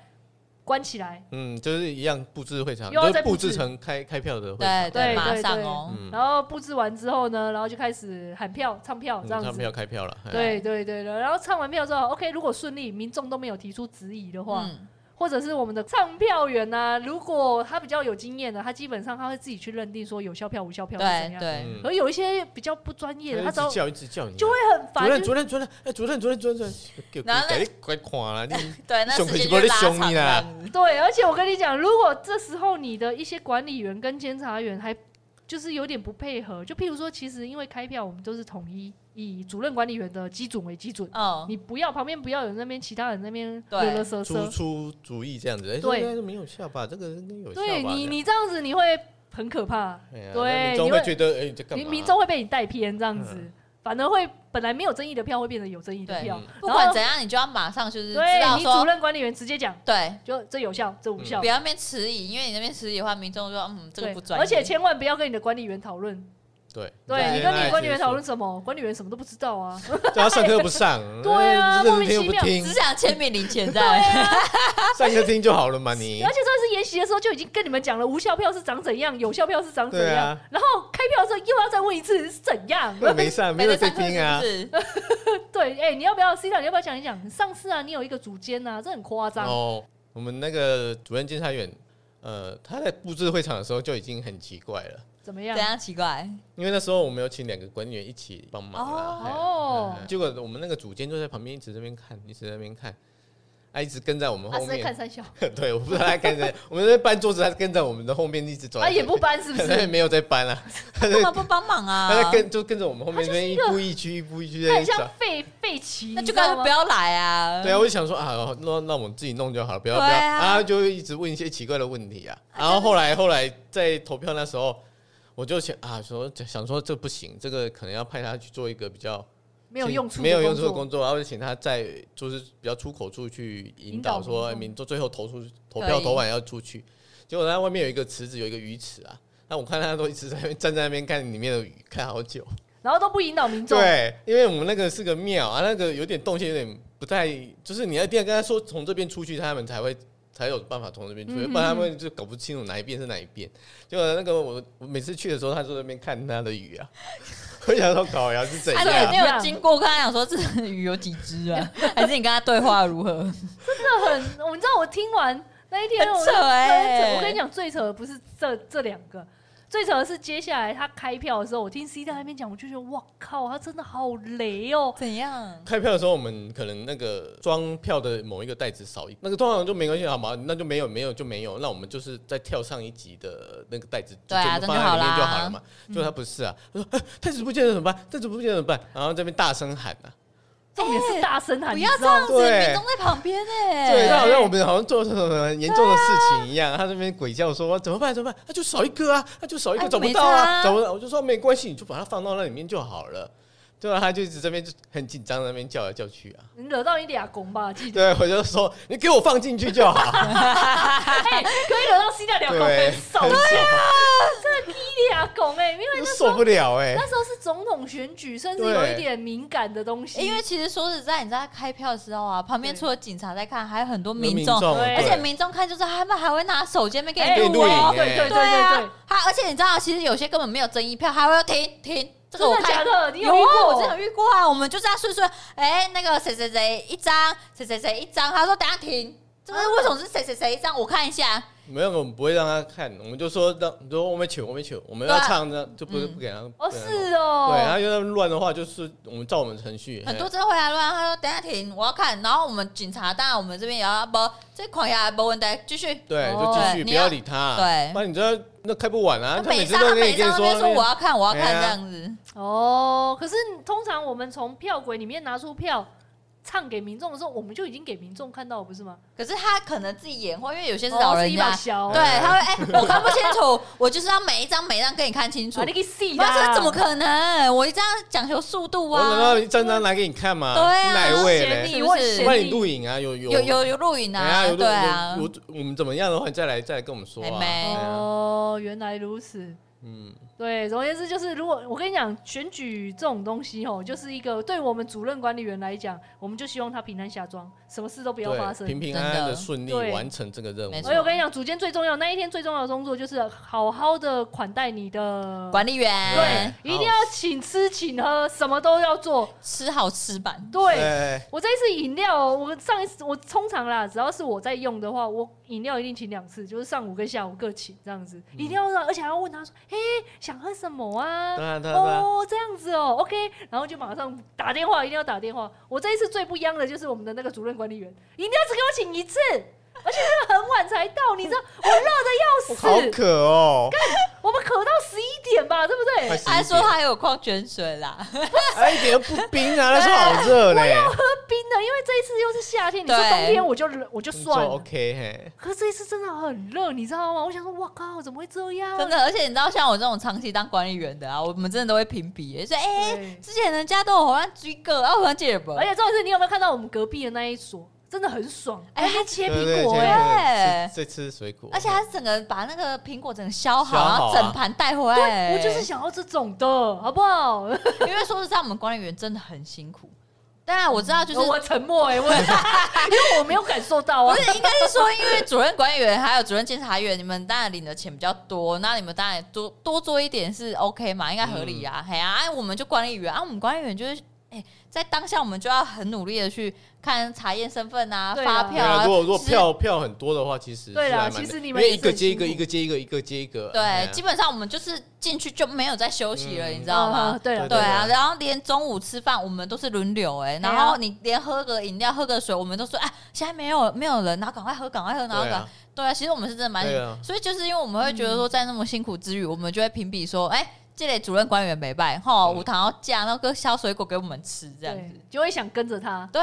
B: 关起来，
A: 嗯，就是一样布置会场，
B: 又要
A: 就
B: 再
A: 是
B: 布
A: 布
B: 置
A: 置成开开票的会
C: 对
A: 场，
B: 对
C: 马
B: 对
C: 上哦，
A: 嗯，
B: 然后布置完之后呢，然后就开始喊票、唱票
A: 嗯
B: 哦这样
A: 唱
B: 子。
A: 票开票了，哎
B: 对对对对，然后唱完票之后，OK，如果顺利，民众都没有提出质疑的话，
C: 嗯，
B: 或者是我们的唱票员呢、如果他比较有经验的，他基本上他会自己去认定说有效票、无效票是怎
C: 对
B: 样。
C: 对，
A: 嗯
B: 而有一些比较不专业的，
A: 他
B: 他
A: 一
B: 只
A: 直叫
B: 要
A: 一直叫你啊，
B: 就会很
A: 主
B: 烦，
A: 任
B: 就
A: 主任主任哎主任主任主任主任，给
C: 然后
A: 给你快看啦， 你
C: 对，那时间
A: 是不
C: 就
A: 是
C: 拉
A: 凶
C: 长
A: 你
C: 这
A: 啦
C: 样子
B: 对，而且我跟你讲，如果这时候你的一些管理员跟监察员还就是有点不配合，就譬如说，其实因为开票我们都是统一以主任管理员的基准为基准，
C: 嗯，
B: 你不要旁边不要有那边其他人那边
C: 对
B: 勒勒瑟
A: 出
B: 瑟，
A: 出主意这样子，哎，
B: 对
A: 应该是没有效吧？这个应该有效吧？
B: 对你
A: 这样
B: 你这样子你会很可怕，
A: 哎呀
B: 对
A: 那民
B: 你
A: 众
B: 会
A: 会觉得哎你在干
B: 民
A: 嘛？
B: 民众会被你带偏这样子，
A: 嗯
B: 反而会本来没有争议的票会变得有争议的
C: 对
B: 票
A: 嗯，
C: 不
B: 然后
C: 管怎样，你就要马上就是知
B: 对
C: 道
B: 你主
C: 说，
B: 任管理员直接讲，
C: 对，
B: 就这有效，这无
A: 嗯
B: 效
C: 不。要面迟疑，因为你那边迟疑的话，民众就说嗯，这个
B: 对
C: 不专业。
B: 而且千万不要跟你的管理员讨论，
A: 对
B: 对
A: 直
B: 你
A: 接
B: 跟
A: 拿
B: 你
A: 来
B: 管理员
A: 结束
B: 讨论，什么？管理员什么都不知道啊。
A: 对他上课又不上，
B: 对啊
A: 哎认
B: 莫
A: 真
B: 名
A: 听又
B: 其
A: 不
B: 妙
A: 听
C: 只，想签名领钱
B: 啊
C: 在，
A: 上课听就好了嘛你
B: 而。且这次研习的时候就已经跟你们讲了，无效票是长怎样，有效票是长怎
A: 对
B: 样，
A: 啊，
B: 然后开票的时候又要再问一次是怎样。
A: 那没上，没有在
C: 上课
A: 听啊。
C: 是不是？
B: 对，哎、你要不要 C 长？你要不要讲一讲上次啊？你有一个组间啊，这很夸张。
A: 哦，我们那个主任监察员，呃，他在布置会场的时候就已经很奇怪了，
B: 怎么
C: 怎
A: 啊
B: 样？
C: 样奇怪？
A: 因为那时候我们有请两个管理员一起帮忙啦。嘿
B: 哦
A: 嗯，结果我们那个组监就在旁边一直在那边看，一直在那边看，他一直跟在我们
B: 他
A: 后
B: 啊是在
A: 面。
B: 看三小，
A: 对，我不知道他跟着，我们在搬桌子，他跟在我们的后面一直走来
B: 他
A: 走去。
B: 啊也不搬是 不
A: 他也
B: 是？
A: 没有在搬啊， 他
C: 干
A: 在
C: 嘛不帮忙啊
A: 他？在跟就跟着我们后面这
B: 他就是
A: 边
B: 一
A: 一
B: 个
A: 步一趋一步一趋
B: 他
A: 在
B: 很
A: 找
B: 像。嗯费费奇，
C: 那
B: 你
C: 就
B: 知道
C: 干脆
B: 吗
C: 不要来啊。
A: 对啊，我就想说啊，那那我们自己弄就好了，不要不
C: 对
A: 要
C: 啊
A: 啊，就一直问一些奇怪的问题啊。
C: 啊
A: 然后后来后来在投票那时候，我就想啊，说想说这不行，这个可能要派他去做一个比较
B: 没有用处，
A: 没有用处的
B: 工
A: 工作，然后就请他在就是比较出口处去引
B: 引
A: 导
B: 导民
A: 说
B: 众
A: 哎民众最后投出投
C: 可
A: 票
C: 以
A: 投完要出去。结果他外面有一个池子，有一个鱼池啊，那我看他都一直在那边站在那边看里面的鱼，看好久。
B: 作，然后都不引导民众。
A: 对，因为我们那个是个庙啊，那个有点动线有点不太，就是你要一定要跟他说从这边出去，他们才会才有办法从这边出去，
B: 嗯
A: 不然他们就搞不清楚哪一边是哪一边。结果那个我我每次去的时候，他就在那边看他的鱼啊， 我想说搞呀是怎
C: 啊，
A: 样？
C: 你
B: 对
C: 你有经过跟他讲说这鱼有几只啊？还是你跟他对话如何？
B: 真的很， 我你知道我听完那一天，
C: 很
B: 我
C: 扯
B: 真
C: 哎！
B: 的我跟你，讲，最扯的不是这这两个，最扯的是接下来他开票的时候，我听 C 在那边讲，我就觉得哇靠，他真的好雷哦、
C: 怎样？
A: 开票的时候，我们可能那个装票的某一个袋子少一，那个通常就没关系，好吗？那就没有，没有就没有，那我们就是再跳上一级的那个袋子，
C: 对啊
A: 就
C: 这
A: 放
C: 样
A: 在
C: 就好
A: 里面就
C: 啦嗯
A: 好了嘛。结果他不是啊，他说、啊、袋子不见了怎么办？袋子不见了怎么办？然后这边大声喊啊，
B: 重点是大声喊，
C: 欸不
B: 你
C: 要
B: 知
C: 这
B: 道吗
C: 样子，
A: 对
C: 民众在旁边哎。
A: 对，那好像我们好像做了什么严重的事情一样，他这边鬼叫说怎么办怎么办？那、就少一个啊，那、就少一
C: 哎
A: 个，找不
C: 没
A: 到
C: 差啊
A: 啊，找不到。我就说没关系，你就把它放到那里面就好了。对啊，他就一直这边就很紧张，那边叫来叫去啊。
B: 你惹到你俩公吧，记得
A: 对，我就说你给我放进去就好。
B: 哎， 可以惹到 C 大俩公，
A: 对，
B: 很
A: 很
B: 少
A: 爽，
B: 真的 P 俩公哎，因为
A: 就
C: 啊
B: 那时
A: 受
B: 候
A: 不了哎、
B: 那时候是总统选举，甚至
A: 对
B: 有一点敏感的东西，
C: 因为其实说实在，你在开票的时候啊，旁边
B: 对
C: 除了警察在看，还有很多
A: 有
C: 民众
A: 众，，
B: 对
C: 而且
A: 对
C: 民众看就是他们还会拿手机在那边
B: 哎
C: 给你录
A: 录影
C: 哦。
A: 哎
B: 对对对
C: 对
B: 对对
C: 啊，，他而且你知道，其实有些根本没有争议票，还会要停停。这个我
B: 真的假
C: 看
B: 的？你
C: 有
B: 遇
C: 啊，
B: 过？
C: 我真的有遇过啊。我们就这样顺顺，哎，那个谁谁谁一张，谁谁谁一张，他说等下停，这个为什么是谁谁谁一张？我看一下，
A: 没有，我们不会让他看，我们就说让你说我们求我们求，我们
C: 对
A: 要
C: 啊
A: 唱的就不
C: 嗯
A: 不给他。
B: 哦，
A: 不给他
B: 是
A: 弄。对，
B: 哦，
A: 他就那么乱的话，就是我们照我们程序。
C: 很多
A: 嘿
C: 真的会来乱，他说等下停，我要看。然后我们警察，当然我们这边也要不这款下来不问题，继续。
A: 对，
B: 哦
A: 就继续
C: 你
A: 不
C: 要
A: 要理他。
C: 对
A: 不然你知道那开不完啊，
C: 他
A: 他
C: 每
A: 每
C: 一
A: 次
C: 张
A: 都
C: 他
A: 跟
C: 每
A: 你
C: 一
A: 跟
C: 张
A: 你
C: 都
A: 说
C: 在说我要看，我要
A: 哎
C: 看
A: 呀
C: 这样子。
B: 哦，可是通常我们从票轨里面拿出票。唱给民众的时候，我们就已经给民众看到了，不是吗？
C: 可是他可能自己眼花，因为有些是
B: 哦
C: 老人
B: 一
C: 家
B: 把，小，
C: 对，他会哎、我看不清楚，我就是要每一张每一张给你看清楚
B: 啊，。你给 C
C: 我说怎么可能？我一张讲求速度
A: 我等到
C: 啊，
A: 一张张拿给你看嘛，
C: 对啊
A: 哪一位
B: 嫌
A: 嘞？
B: 你，
C: 是不
B: 我
C: 是
A: 不然
B: 嫌
A: 你录
B: 你，
A: 影啊，有有
C: 有有有录影
A: 哎呀
C: 啊，
A: 有
C: 对啊
A: 有，有我们怎么样的话，你再来再来跟我们说啊。
C: 哎没
A: 哎呀
B: 哦，原来如此。
A: 嗯，
B: 对，总而言之，就是如果我跟你讲，选举这种东西吼，就是一个对我们主任管理员来讲，我们就希望他平安下庄，什么事都不要发
A: 对，
B: 生。
A: 平平安安
C: 真
A: 的
C: 的
A: 顺利
B: 对
A: 完成这个任务
C: 没。错
B: 而且我跟你讲，组间最重要那一天最重要的工作就是好好的款待你的，
C: 管理员
A: 对
B: 一定要请吃请喝，什么都要做。
C: 吃好吃版，
B: 对
A: 对，
B: 我这一次饮料哦，我上一次我通常啦，只要是我在用的话，我饮料一定请两次，就是上午跟下午各请这样子，
A: 嗯
B: 一定要让，而且还要问他说，嘿，想喝什么啊
A: 当？然当然当然，
B: 哦，这样子哦，OK，然后就马上打电话，一定要打电话。我这一次最不央的就是我们的那个主任管理员，一定要只给我请一次， 而且是很晚才到，你知道我
A: 我
B: 热
A: 好
B: 的要死，
A: 渴哦，
B: 我们渴到十一点吧，对不对？
A: 快11
B: 喝
C: 他说
A: 点
C: 他有矿泉水啦，
A: 哎一点都不冰啊，那时候好热嘞。
B: 冰的，因为这一次又是夏天，你说
C: 对
B: 冬天我就我就
A: 你
B: 算
A: 说
B: 了。
A: OK 嘿，
B: 可是这一次真的很热，你知道吗？我想说，哇靠，怎么会这样？
C: 真的。而且你知道，像我这种长期当管理员的啊，我们真的都会评比、欸，说哎、
B: 对
C: 之前人家都有好像追个，啊，我像记得不
B: 而？且重点是你有没有看到我们隔壁的那一所，真的很爽，
C: 哎
B: 哎，他切
A: 对
B: 苹果
A: 对
B: 哎、
C: 哎
A: 对，在吃水果，
C: 而且他整个把那个苹果整个削好，
A: 削好
C: 然
A: 啊
C: 后整盘带回来、
B: 对，我就是想要这种的，好不好？
C: 因为说实哎在，我们管理员真的很辛苦。当然我知道，就是
B: 我沉默哎、我 因为我没有感受到
C: 不
B: 啊。
C: 是应该是说，因为主任管理员还有主任监察员，你们当然领的钱比较多，那你们当然多多做一点是 OK 嘛，应该合理
A: 嗯
C: 啊。嘿啊，啊我们就管理员啊，我们管理员就是哎、在当下我们就要很努力的去看查验身份啊、
B: 对啊
C: 发
A: 对
C: 票
A: 啊，
C: 啊。
A: 如果如果
C: 其实
A: 票票很多的话，其实
B: 对啦
A: 是还蛮
B: 其实你
A: 因
B: 们
A: 为
B: 也
A: 一
B: 是
A: 个
B: 很
A: 接一
B: 辛苦
A: 个，一个接一个，一个接一个，哎
C: 对
A: 呀，
C: 基本上我们就是进去就没有再休息了，
A: 嗯
C: 你知道吗？
B: 嗯对了，
C: 对
A: 对
C: 啊，
A: 对
C: 然后连中午吃饭我们都是轮流哎、
B: 对啊
C: 然后你连喝个饮料、喝个水，我们都说哎，现在没有没有人，啊然后赶快喝，赶快喝，然后
A: 对
C: 赶
A: 啊，
C: 对啊，其实我们是真的蛮辛苦
A: 对啊，
C: 所以就是因为我们会觉得说，在那么辛苦之余，我们就会评比说，哎、这类主任官员没拜哈，
A: 嗯
C: 五堂要嫁，然后割削水果给我们吃这样子。
B: 对，就会想跟着他，
C: 对，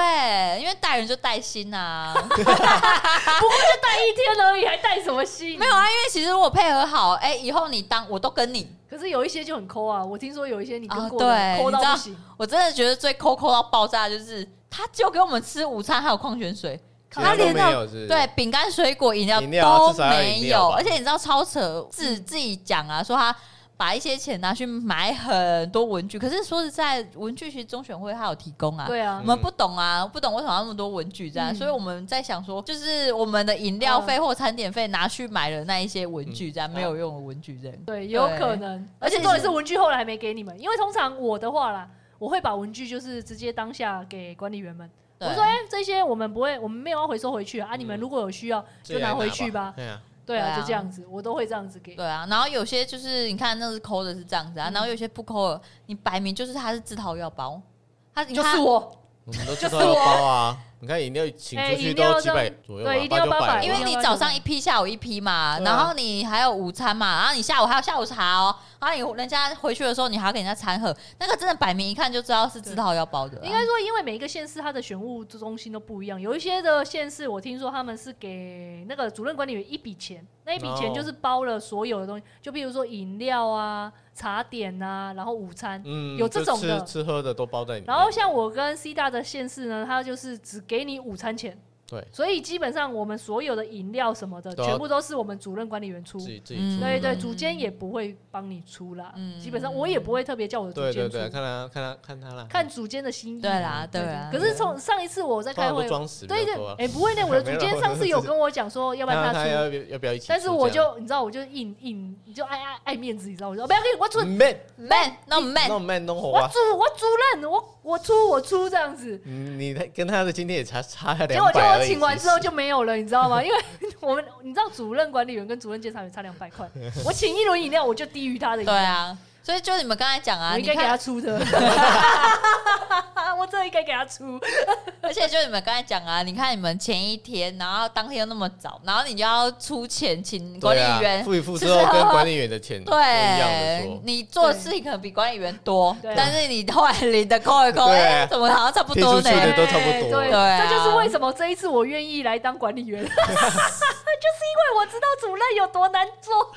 C: 因为带人就带薪呐、啊，
B: 带一天而已，还带什么心？
C: 没有。啊，因为其实我配合好，哎、以后你当我都跟你，
B: 可是有一些就很抠啊，我听说有一些你跟过
C: 啊
B: 的
C: 对
B: 抠、
C: 你知
B: 到
C: 道
B: 不行，
C: 我真的觉得最抠抠到爆炸，就是他就给我们吃午餐还有矿泉水，
A: 其
C: 他
A: 他都
C: 连
A: 没
C: 到
A: 有，是不是
C: 对，饼干、水果、饮料
A: 饮料啊
C: 都
A: 至少要
C: 没
A: 饮料
C: 有，
A: 吧
C: 而且你知道超扯，自自己讲啊，说他把一些钱拿去买很多文具，可是说实在，文具其实中选会他有提供啊。
B: 对啊
C: 我，们不懂啊，不懂为什么要那么多文具这样，
B: 嗯
C: 所以我们在想说，就是我们的饮料费或餐点费拿去买了那一些文具这样，
B: 嗯
C: 没有用的文具这样。
B: 对，有可能。而且
C: 而且
B: 重点
C: 是
B: 是文具后来还没给你们，因为通常我的话啦，我会把文具就是直接当下给管理员们。我
C: 对啊
B: 说，哎、这些我们不会，我们没有要回收回去啊。啊你们
A: 嗯
B: 如果有需要，
A: 自
B: 就
A: 己来
B: 拿回去吧
A: 吧。。对啊，
B: 对
C: 对
B: 啊，
C: 啊
B: 就这样子，我都会这样子给。
C: 对啊，然后有些就是你看那是抠的是这样子啊，
B: 嗯
C: 然后有些不抠的，你摆明就是他是自掏腰包，他你
B: 就
C: 看
B: 是我，
A: 我们都
B: 就
A: 知
B: 是
A: 道要包啊，你看饮料请
B: 哎
A: 出去
B: 饮
A: 都
B: 料
A: 几百
B: 这样
A: 左右
B: 对
A: 吧，
B: 一定要
A: 九
B: 800
A: 百，
C: 因为你早上一批，下午一批嘛，
A: 对啊
C: 然后你还有午餐嘛，然后你下午还有下午茶哦，然后你人家回去的时候你还要给人家餐盒，那个真的摆明一看就知道是知道要包的啊、
B: 应该说，因为每一个县市它的选务中心都不一样，有一些的县市，我听说他们是给那个主任管理员一笔钱，那一笔钱
A: 哦
B: 就是包了所有的东西，就比如说饮料啊、茶点啊，然后午餐。
A: 嗯
B: 有这
A: 就
B: 种
A: 吃
B: 的
A: 吃喝的都包在里面。
B: 然后像我跟 C 大的县市呢，它就是只给你午餐钱，
A: 对，啊
B: 所以基本上我们所有的饮料什么的，
A: 都要
B: 全部都是我们主任管理员出。
A: 自己自己
C: 嗯
A: 出，
B: 对对，
C: 嗯
B: 组监也不会帮你出啦，
C: 嗯
B: 基本上我也不会特别叫我的
A: 对
B: 组
A: 对
B: 监
A: 对，
B: 出，
A: 看他看他看他啦，
B: 看组监的心意。
C: 对啦，对啊啦。
B: 可是从上一次我在
A: 通
B: 开
A: 常
B: 会
A: 都，装死比
B: 对
A: 较
B: 对
A: 多啊，。
B: 哎、不会那我的
A: 没有
B: 主监上次有跟我讲说，要不
A: 看
B: 然
A: 他
B: 他出，
A: 要不要要不要一起出这样？
B: 但是我就你知道，我就硬硬，你就爱爱爱面子，你知道，我说不要给你，我出，
A: man
C: man no man，
A: 弄 man 弄火
B: 我
A: 嗯啊！
B: 主我主任，我我出我出这样子。
A: 嗯你跟他的今天也差差
B: 结
A: 两
B: 果
A: 百。
B: 就我请完之后就没有了，你知道吗？因为我们你知道主任管理员跟主任监察员差两百块，我请一轮饮料我就低于他的饮料，
C: 对啊，所以就你们刚才讲啊，
B: 我
C: 你
B: 应该给他
C: 看，
B: 出的， 我真的应该给他出。
C: 而且就你们刚才讲啊，你看你们前一天，然后当天又那么早，然后你就要出钱请管理
A: 对啊
C: 员，
A: 付一付之
C: 吃吃
A: 后
C: 喝
A: 跟
C: 喝
A: 管理员的 钱不一样的
C: 对
A: 说，，
C: 你做的事情可能比管理员多，
B: 对
C: 但是你后来领的扣一扣，
A: 对
C: 哎，怎么好像差不
A: 贴出
C: 多
A: 去
C: 呢
A: 的？都差不多
B: 对，
C: 对啊
B: 这就是为什么这一次我愿意来当管 理员，就是因为我知道主任有多难做。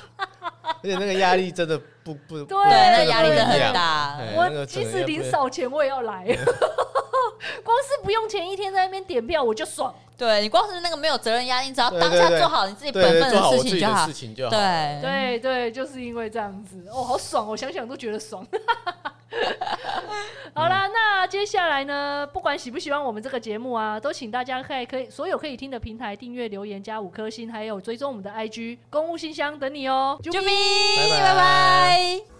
A: 而且那个压力真的不不
B: 对
C: 对，那
B: 对
C: 压力真的
B: 对
C: 很。大。
A: 哎那
B: 我
A: 个整
B: 即
A: 个
B: 使
A: 要
B: 领
A: 不
B: 少钱我也要来， 光是不用钱一天在那边点票我就爽。
C: 对你光是那个没有责任压力，你只要
A: 对
C: 当
A: 对
C: 下
A: 对
C: 做好你自己
A: 对
C: 本
A: 对
C: 分
A: 做好我
C: 事
A: 自
C: 情
A: 己
C: 就
A: 的
C: 好
A: 事。情就好。
C: 对，
B: 对对，就是因为这样子，哦，好爽哦，我想想都觉得爽。 好啦，那接下来呢，不管喜不喜欢我们这个节目啊，都请大家在可以所有可以听的平台订阅、留言、加五颗星，还有追踪我们的 IG 公务信箱等你哦，啾咪
C: 啾咪，
A: 拜拜
C: 拜拜。